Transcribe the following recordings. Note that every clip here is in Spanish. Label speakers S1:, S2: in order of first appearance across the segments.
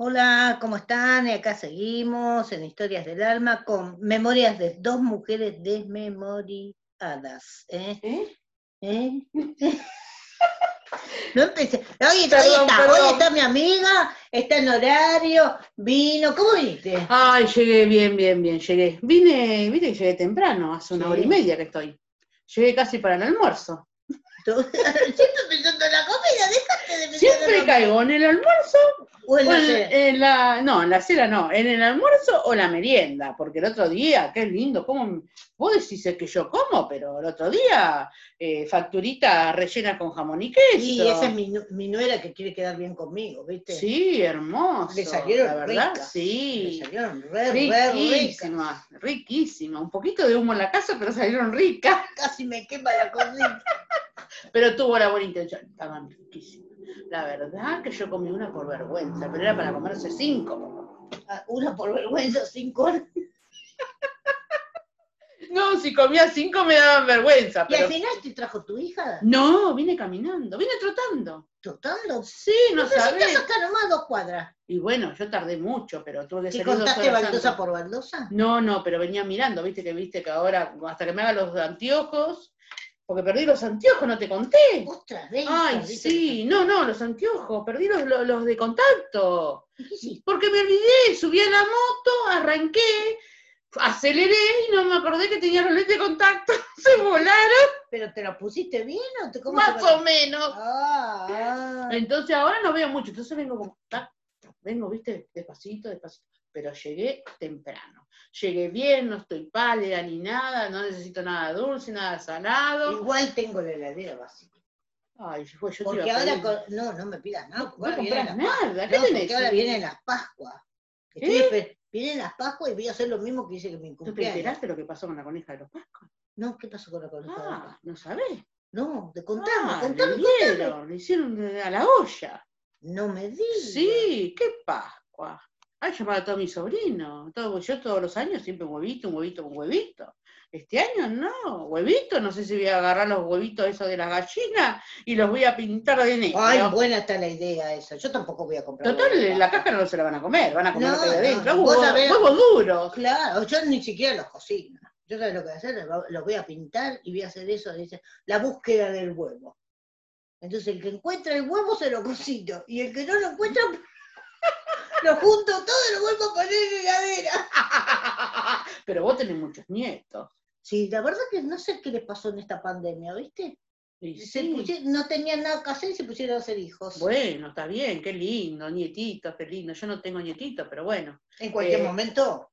S1: Hola, ¿cómo están? Acá seguimos en Historias del Alma con memorias de dos mujeres desmemoriadas. ¿eh?
S2: ¿Eh?
S1: ¿Eh? No empecé. Oye, hoy
S2: Perdón,
S1: está,
S2: perdón.
S1: hoy está mi amiga, está en horario, vino, ¿cómo viniste?
S2: Ay, llegué bien, bien, bien, llegué. Vine, viste que llegué temprano, hace una
S1: Sí.
S2: hora y media que estoy. Llegué casi para el almuerzo.
S1: Siempre pensando en la comida, dejate de pensar
S2: Siempre
S1: en la
S2: caigo en el almuerzo
S1: O en
S2: o
S1: la
S2: en,
S1: cena.
S2: en la... No, en la cena no, en el almuerzo o la merienda, porque el otro día, qué lindo, cómo... Vos decís es que yo como, pero el otro día, eh, facturita rellena con jamón y queso.
S1: Y esa es mi, nu- mi nuera que quiere quedar bien conmigo, ¿viste?
S2: Sí, hermoso.
S1: Le salieron
S2: la verdad,
S1: ricas.
S2: sí.
S1: Me salieron re, re ricas.
S2: Riquísima, riquísima. Un poquito de humo en la casa, pero salieron ricas.
S1: Casi me quema la cocina.
S2: Pero tuvo la buena intención. Estaban riquísimas. La verdad que yo comí una por vergüenza, pero era para comerse cinco.
S1: Ah, Una por vergüenza, cinco horas.
S2: No, si comía cinco me daban vergüenza.
S1: Y al
S2: Ah, Pero...
S1: final te trajo tu hija,
S2: No, vine caminando, vine trotando.
S1: trotando.
S2: Sí, no
S1: Estás
S2: sabés.
S1: acá nomás a dos cuadras.
S2: Y bueno, yo tardé mucho, pero tuve que
S1: ¿Y
S2: salir dos
S1: contaste
S2: horas
S1: baldosa
S2: antes.
S1: por baldosa?
S2: No, no, pero venía mirando, viste que viste que ahora, hasta que me haga los anteojos, porque perdí los anteojos, no te conté.
S1: Ostras, de
S2: Ay, sí, no, no, los anteojos, perdí los, los, los de contacto. Porque me olvidé, subí a la moto, arranqué, aceleré y no me acordé que tenía los lentes de contacto. Se volaron,
S1: ¿Pero te lo pusiste bien o te cómo
S2: más
S1: te va-
S2: o menos.
S1: Ah, ah.
S2: Entonces ahora no veo mucho, entonces vengo como, tac, vengo, viste, despacito, despacito. Pero llegué temprano. Llegué bien, no estoy pálida ni nada, no necesito nada dulce, nada salado.
S1: Igual tengo la heladera vacía.
S2: Ay, yo, yo te
S1: Porque
S2: iba a
S1: ahora,
S2: pedir-
S1: con- no, no me pidas nada. porque
S2: no
S1: ahora viene
S2: compras
S1: la
S2: nada, ¿qué
S1: No,
S2: tenés?
S1: porque ahora vienen las Pascuas. Estoy
S2: ¿Eh?
S1: esper- Vienen las Pascuas y voy a hacer lo mismo que hice que mi
S2: ¿Tú te
S1: cumpleaños.
S2: enteraste lo que pasó con la coneja de los Pascos?
S1: No, ¿qué pasó con la coneja?
S2: Ah, no sabés.
S1: No, te contame,
S2: Ah,
S1: contame,
S2: le
S1: contame.
S2: dieron, le hicieron a la olla.
S1: No me digas.
S2: Sí, qué Pascua. Hay llamado a todos mis sobrinos. Todo, yo todos los años siempre un huevito, un huevito, un huevito. Este año no, huevito, no sé si voy a agarrar los huevitos esos de las gallinas y los voy a pintar de negro.
S1: Ay, buena está la idea esa. Yo tampoco voy a comprar. huevo de
S2: Total, la
S1: vaca.
S2: cáscara no se la van a comer, van a comer
S1: No,
S2: lo que hay
S1: no,
S2: adentro.
S1: vos
S2: Huevos
S1: sabés-
S2: huevos duros.
S1: Claro, yo ni siquiera los cocino. Yo sabes lo que voy a hacer, los voy a pintar y voy a hacer eso, dice, la búsqueda del huevo. Entonces el que encuentra el huevo se lo cocino y el que no lo encuentra lo junto todo y lo vuelvo a poner en la heladera.
S2: Pero vos tenés muchos nietos.
S1: Sí, la verdad que no sé qué les pasó en esta pandemia, ¿viste?
S2: Y
S1: Se
S2: sí.
S1: pusie- no tenían nada que hacer y se pusieron a hacer hijos.
S2: Bueno, está bien, qué lindo, nietitos, qué lindo. Yo no tengo nietitos, pero bueno.
S1: en cualquier
S2: eh,
S1: momento.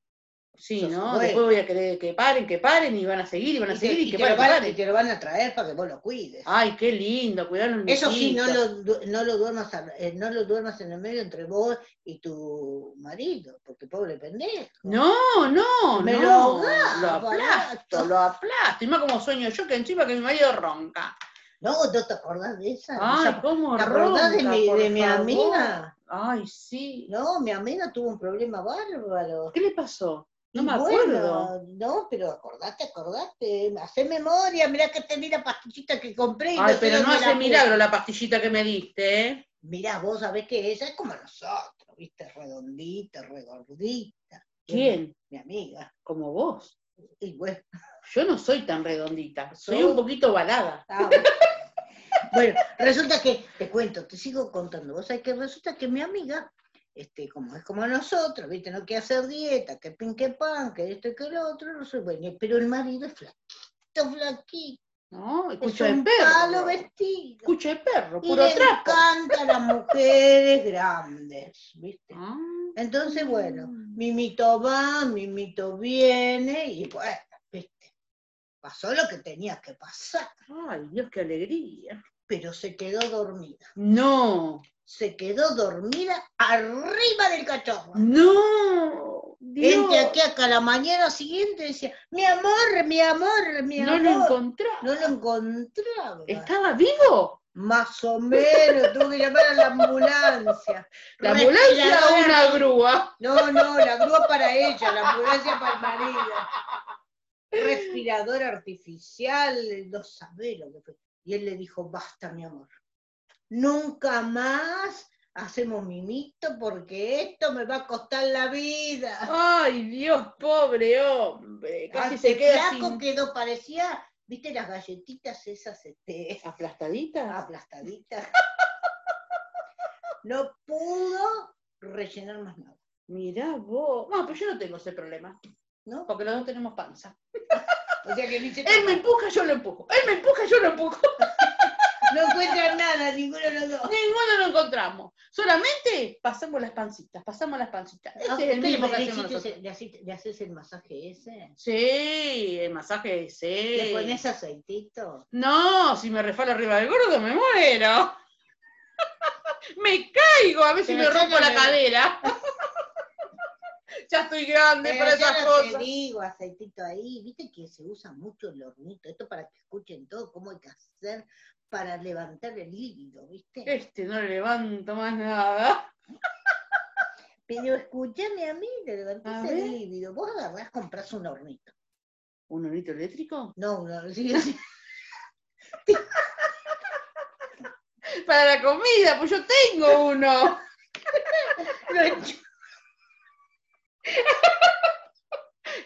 S2: Sí,
S1: Sos
S2: ¿no?
S1: bueno.
S2: Después voy a querer que paren, que paren, y van a seguir, y van a
S1: Y te,
S2: seguir, y,
S1: y
S2: que
S1: te lo
S2: paren, que Ah,
S1: van, y
S2: paren.
S1: te lo van a traer para que vos lo cuides.
S2: Ay, qué lindo, cuidar los
S1: Eso sí, no
S2: nietitos.
S1: lo, du- no, lo duermas, a- eh, no lo duermas en el medio entre vos y tu marido, porque pobre pendejo.
S2: No, no,
S1: Me
S2: no.
S1: lo ahogás,
S2: lo aplasto,
S1: barato.
S2: lo aplasto. Y más como sueño yo que encima que mi marido ronca.
S1: No, ¿no te acordás de esa?
S2: Ay,
S1: Esa-
S2: cómo
S1: Ah, ¿Te
S2: ronca.
S1: acordás de mi,
S2: por
S1: de mi
S2: favor.
S1: amiga?
S2: Ay, sí.
S1: No, mi amiga tuvo un problema bárbaro.
S2: ¿Qué le pasó? No
S1: Y
S2: me
S1: bueno,
S2: acuerdo.
S1: no, pero acordate, acordate. Hacé memoria, mirá que te vi la pastillita que compré. y
S2: Ay,
S1: sé
S2: pero no
S1: dónde la
S2: hace
S1: puse.
S2: milagro la pastillita que me diste, ¿eh?
S1: Mirá, vos sabés que esa es como nosotros, ¿viste? Redondita, regordita.
S2: ¿Quién?
S1: Mi amiga.
S2: Como vos.
S1: Y bueno,
S2: Yo no soy tan redondita, soy
S1: Sos-
S2: un poquito balada.
S1: Ah, bueno. Bueno, resulta que, te cuento, te sigo contando, vos sabés que resulta que mi amiga, este, como es como nosotros, viste, no quiere hacer dieta, que pin, que pan, que esto y que lo otro, no sé, bueno, pero el marido es flaquito, flaquito,
S2: ¿No?
S1: es
S2: Escucha de
S1: un palo
S2: perro.
S1: vestido.
S2: Escucha de perro,
S1: Y
S2: puro
S1: le
S2: trapo.
S1: encanta a las mujeres grandes, viste.
S2: Ah.
S1: Entonces, bueno, Mimito va, Mimito viene, y bueno, viste, pasó lo que tenía que pasar,
S2: Ay, Dios, qué alegría.
S1: pero se quedó dormida.
S2: No,
S1: se quedó dormida arriba del cachorro.
S2: no. Dios.
S1: Entre aquí acá la mañana siguiente decía, mi amor, mi amor, mi
S2: no
S1: amor.
S2: lo encontré.
S1: No lo encontraba.
S2: ¿Estaba vivo?
S1: Más o menos, tuve que llamar a la ambulancia.
S2: ¿La ambulancia o
S1: Respiradora.
S2: una grúa?
S1: No, no, la grúa para ella, la ambulancia para el marido. Respirador artificial, no sabe lo que fue. Y él le dijo, basta, mi amor. Nunca más hacemos mimito porque esto me va a costar la vida.
S2: Ay, Dios, pobre hombre. Casi
S1: Al
S2: se queda
S1: flaco
S2: sin...
S1: quedó, parecía, viste las galletitas esas este, Ah.
S2: aplastadita.
S1: aplastaditas. No pudo rellenar más nada,
S2: Mirá vos. No, pero yo no tengo ese problema,
S1: ¿no?
S2: porque los dos tenemos panza.
S1: O sea que dice,
S2: Él me empuja, yo lo empujo. Él me empuja, yo lo empujo.
S1: no encuentran nada, ninguno de los dos.
S2: Ninguno lo encontramos. Solamente pasamos las pancitas, pasamos las pancitas. Ese
S1: Ah,
S2: es el
S1: pero
S2: mismo que
S1: le,
S2: hacemos
S1: hiciste
S2: nosotros.
S1: ese- le haciste- le haces el masaje ese,
S2: Sí, el masaje sí.
S1: le pones aceitito.
S2: No, si me refalo arriba del gordo me muero. me caigo, a ver si
S1: Pero
S2: me
S1: ya
S2: rompo
S1: no
S2: la
S1: me-
S2: cadera. ya estoy grande
S1: Pero yo
S2: para esas
S1: no te
S2: cosas.
S1: digo, aceitito ahí, viste que se usa mucho el hornito, esto para que escuchen todo, cómo hay que hacer para levantar el líbido, viste.
S2: Este no le levanto más nada.
S1: Pero escúchame a mí, le
S2: A
S1: levantás
S2: ver.
S1: el líbido. Vos agarrás, comprás un hornito.
S2: ¿Un hornito eléctrico?
S1: No, no, sí, sí.
S2: Para la comida, pues yo tengo uno. Lo enchu-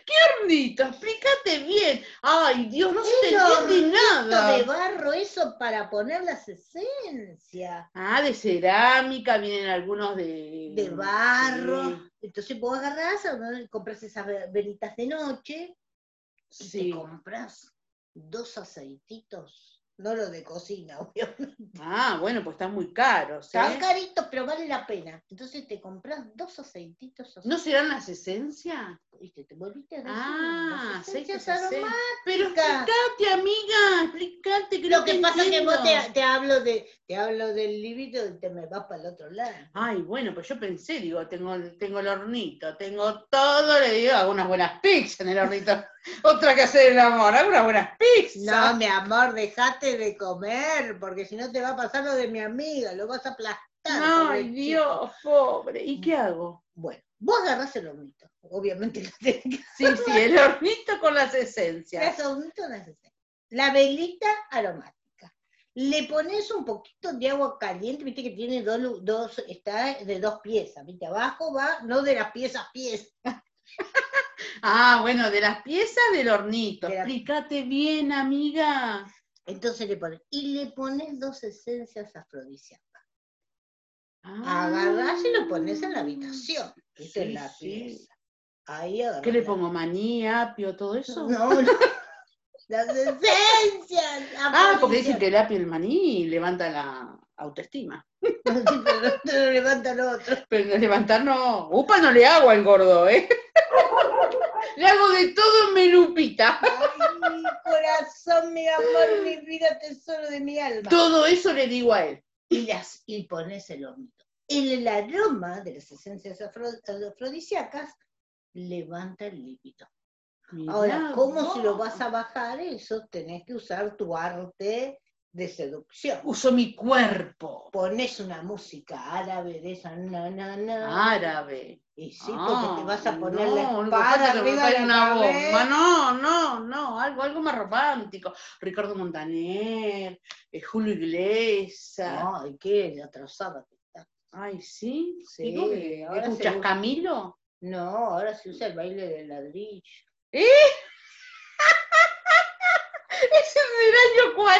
S2: ¿Qué hornito? Explícate bien. Ay, Dios, no se te
S1: Un
S2: entiende
S1: Esto de
S2: nada.
S1: barro, eso para poner las esencias
S2: Ah, de cerámica, vienen algunos de...
S1: de barro.
S2: Sí.
S1: Entonces vos agarrás, ¿no? compras esas ve- velitas de noche y
S2: Sí.
S1: te compras dos aceititos. No los de cocina, obviamente.
S2: Ah, bueno, pues están muy caros. ¿eh?
S1: Están caritos, pero vale la pena. Entonces te compras dos aceititos así.
S2: ¿No serán las esencias?
S1: Y te, te volviste a
S2: Ah,
S1: las
S2: aceites,
S1: esencias
S2: aceites.
S1: aromáticas.
S2: Pero explícate, amiga, explícate. Que
S1: Lo
S2: no
S1: que
S2: te
S1: pasa es que vos
S2: entiendo.
S1: te, te hablo de, te hablo del libido y te me vas para el otro lado.
S2: Ay, bueno, pues yo pensé, digo, tengo, tengo el hornito, tengo todo, le digo, hago unas buenas pizzas en el hornito. Otra que hacer el amor, hago unas buenas
S1: No,
S2: pizzas.
S1: mi amor, dejate de comer, porque si no te va a pasar lo de mi amiga, lo vas a aplastar. pobre
S2: Ay,
S1: chico.
S2: Dios, pobre. ¿Y qué hago?
S1: Bueno, vos agarrás el hornito, obviamente lo tenés.
S2: Sí, sí, el hornito con las esencias.
S1: El hornito no es ese. La velita aromática. Le pones un poquito de agua caliente, viste que tiene dos, lu- dos está de dos piezas, viste, abajo va, no de las piezas, piezas.
S2: Ah, bueno, de las piezas del hornito.
S1: De la-
S2: Explícate bien, amiga.
S1: Entonces le pones, y le pones dos esencias afrodisíacas.
S2: Ah.
S1: Agarrás y lo pones en la habitación, ¿viste?
S2: Sí,
S1: en la
S2: sí.
S1: pieza. Ahí agarrás
S2: ¿Qué le
S1: la-
S2: pongo? ¿Maní, apio, todo eso?
S1: No, no. Las esencias.
S2: Ah, porque dicen que el apio y el maní levanta la autoestima.
S1: Sí, pero no te lo levanta el otro.
S2: Pero no levantar no. Upa, no le hago al gordo, ¿eh? le hago de todo menupita.
S1: Ay, mi corazón, mi amor, mi vida, tesoro de mi alma.
S2: Todo eso le digo a él.
S1: Y, las, y pones el hornito. El, el aroma de las esencias afro- afrodisíacas levanta el lípido. Ahora,
S2: Mirá
S1: ¿cómo
S2: vos.
S1: se lo vas a bajar? Eso tenés que usar tu arte de seducción.
S2: Uso mi cuerpo
S1: pones una música árabe de esa, na, na, na.
S2: árabe.
S1: y sí,
S2: Ah,
S1: porque te vas a poner
S2: no,
S1: la
S2: lo que pasa
S1: espada
S2: es que me
S1: arriba
S2: cae
S1: de
S2: una
S1: la
S2: bomba.
S1: cabeza.
S2: No, no, no. Algo, algo más romántico. Ricardo Montaner, eh, Julio Iglesias.
S1: Ay, qué atrasada que está.
S2: Ay, sí,
S1: Sí,
S2: ¿Y vos qué?
S1: ahora
S2: ¿Escuchas
S1: se-
S2: Camilo?
S1: No, ahora se usa el baile del ladrillo.
S2: ¿Eh? Ese es del año 40.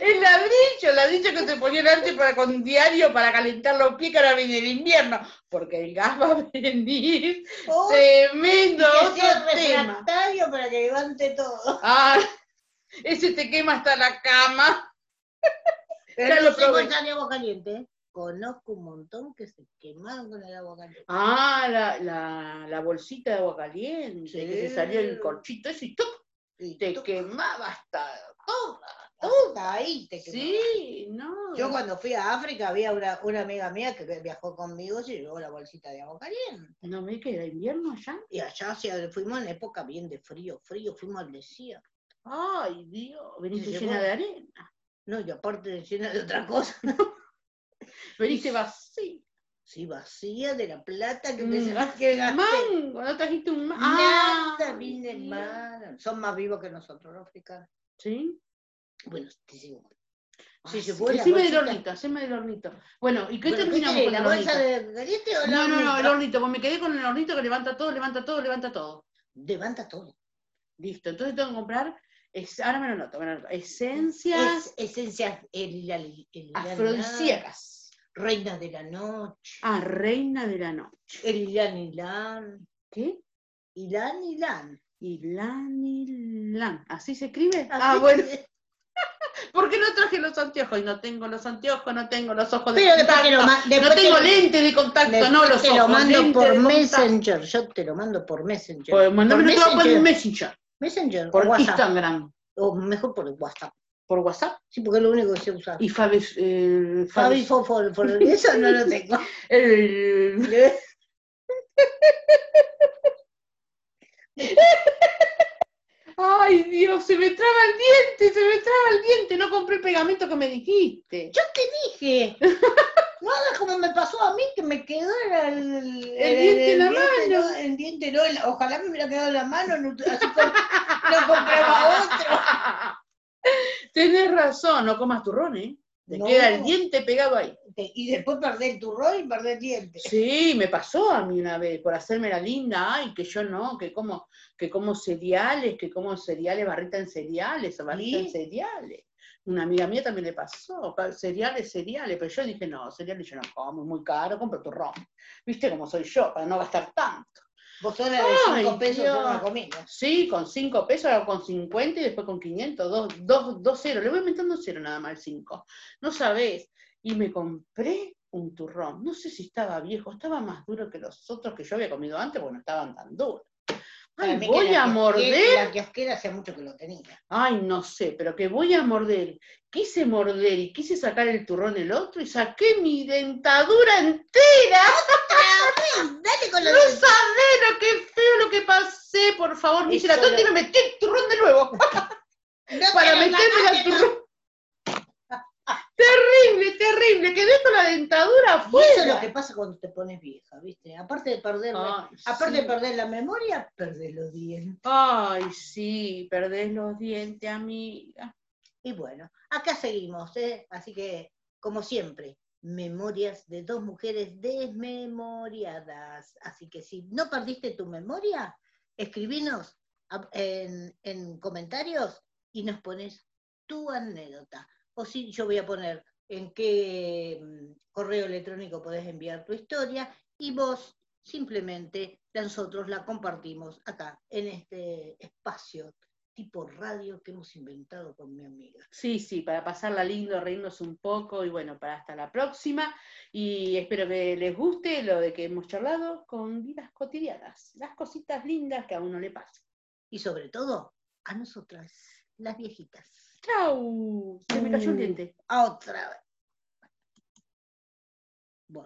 S2: El ladrillo, el ladrillo que se ponían antes para con diario para calentar los pies que ahora viene el invierno, porque el gas va a venir
S1: Oh,
S2: tremendo
S1: que
S2: otro
S1: sea
S2: tema.
S1: refractario para que levante todo.
S2: Ah, ese te quema hasta la cama.
S1: Pero
S2: Ya
S1: no
S2: lo
S1: se
S2: probé.
S1: encuentra de agua caliente. ¿eh? Conozco un montón que se quemaron con el agua caliente.
S2: Ah, la, la, la bolsita de agua caliente,
S1: Sí.
S2: que se salía el corchito ese y ¡tuc!
S1: Y
S2: te
S1: tú,
S2: quemaba hasta toda.
S1: hasta ahí te quemaron.
S2: Sí, no.
S1: Yo cuando fui a África había una, una amiga mía que viajó conmigo y se llevó la bolsita de agua caliente.
S2: ¿No me que era invierno allá?
S1: Y allá o sea, fuimos en época bien de frío, frío, fuimos al desierto.
S2: Ay, Dios, veniste
S1: Llegó.
S2: llena de arena.
S1: No, y aparte de llena de otra cosa.
S2: Veniste vacío.
S1: Sí, vacía de la plata que
S2: Mm.
S1: me sa- que gasté.
S2: Mango, no trajiste un Ah, mango.
S1: Nada, vine mal. Son más vivos que nosotros, los africanos.
S2: Sí.
S1: Bueno, te digo, Si se
S2: Ah, Sí,
S1: puede, la
S2: Haceme del
S1: bolsita.
S2: hornito, haceme del hornito. Bueno, ¿y qué
S1: Bueno,
S2: terminamos
S1: querés?
S2: con
S1: ¿La
S2: el hornito?
S1: bolsa de caliente o la
S2: No, no, no, el
S1: hornito?
S2: hornito, pues me quedé con el hornito que levanta todo, levanta todo, levanta todo.
S1: Levanta todo.
S2: Listo, entonces tengo que comprar, es, ahora me lo noto, me lo anoto, esencias
S1: Es, esencias, el, el- el- la-
S2: afrodisíacas.
S1: Reina de la noche.
S2: Ah, reina de la noche.
S1: El Ilan Ilan.
S2: ¿Qué?
S1: Ilan Ilan.
S2: Ilan, Ilan. ¿Así se escribe? Ah,
S1: Así
S2: bueno,
S1: que-
S2: porque no traje los anteojos y no tengo los anteojos, no tengo los ojos de
S1: Pero después te lo
S2: contacto,
S1: ma- después
S2: no tengo
S1: te-
S2: lentes de contacto,
S1: después
S2: no los
S1: te
S2: ojos.
S1: lo mando
S2: lentes de
S1: por
S2: contacto.
S1: Messenger. Yo te lo mando por Messenger.
S2: Pues mandame
S1: Por
S2: todo por
S1: Messenger.
S2: Messenger,
S1: Messenger o
S2: por
S1: WhatsApp.
S2: Instagram,
S1: O mejor por WhatsApp.
S2: por WhatsApp.
S1: Sí, porque es lo único que sé usar.
S2: Y Fabi, eh,
S1: Fabi
S2: Fabi,
S1: Fofo, por eso no lo tengo.
S2: el- Ay, Dios, se me traba el diente, se me traba el diente. No compré el pegamento que me dijiste.
S1: Yo te dije. No hagas como me pasó a mí, que me quedó el,
S2: El diente en la
S1: diente, no, el diente no, el- ojalá me hubiera quedado en la mano, no, así com- no compraba otro.
S2: Tenés razón, no comas turrón, ¿eh? Te
S1: No.
S2: queda el diente pegado ahí.
S1: Y después perdí el turrón y perdí el diente.
S2: Sí, me pasó a mí una vez por hacerme la linda, ay, que yo no, que como, que como cereales, que como cereales, barrita en cereales, barrita
S1: ¿Sí?
S2: en cereales. Una amiga mía también le pasó, pa- cereales, cereales, pero yo dije, no, cereales yo no como, es muy caro, compro turrón. ¿Viste cómo soy yo? Para no gastar tanto.
S1: Vos sola de
S2: Ay,
S1: 5 pesos
S2: Dios.
S1: por una comida.
S2: Sí, con 5 pesos, ahora con 50 y después con 500, 2, 2, 2 cero. Le voy aumentando cero nada más el 5. No sabés. Y me compré un turrón. No sé si estaba viejo, estaba más duro que los otros que yo había comido antes porque no estaban tan duros.
S1: Para
S2: Ay,
S1: mí que
S2: voy
S1: la
S2: a
S1: kiosquera-
S2: morder.
S1: La kiosquera hace mucho que lo tenía.
S2: Ay, no sé, pero que voy a morder. Quise morder y quise sacar el turrón el otro y saqué mi dentadura entera. Ah,
S1: Dale con
S2: No
S1: los dientes.
S2: sabés lo que feo lo que pasé, por favor. Me hice la
S1: Eso
S2: tonta y
S1: lo-
S2: me metí el turrón de nuevo.
S1: No
S2: para
S1: te lo
S2: meterme al
S1: ganaste, no.
S2: turrón. terrible, terrible, quedé con la dentadura
S1: Y eso es
S2: afuera.
S1: lo que pasa cuando te pones vieja, ¿viste? Aparte de perder, la-
S2: Ay,
S1: aparte
S2: sí.
S1: Ah, de perder la memoria, perdés los dientes.
S2: Ay, sí, perdés los dientes, amiga.
S1: Y bueno, acá seguimos, ¿eh? Así que, como siempre, memorias de dos mujeres desmemoriadas. Así que si no perdiste tu memoria, escribinos a- en, en comentarios y nos pones tu anécdota. O si yo voy a poner en qué mm, correo electrónico podés enviar tu historia y vos simplemente nosotros la compartimos acá en este espacio tipo radio que hemos inventado con mi amiga.
S2: Sí, sí, para pasarla lindo, reírnos un poco y bueno, para hasta la próxima. Y espero que les guste lo de que hemos charlado con vidas cotidianas, las cositas lindas que a uno le pasan.
S1: Y sobre todo, a nosotras, las viejitas.
S2: ¡Chau! Se me cayó un
S1: Mm.
S2: diente.
S1: A otra vez.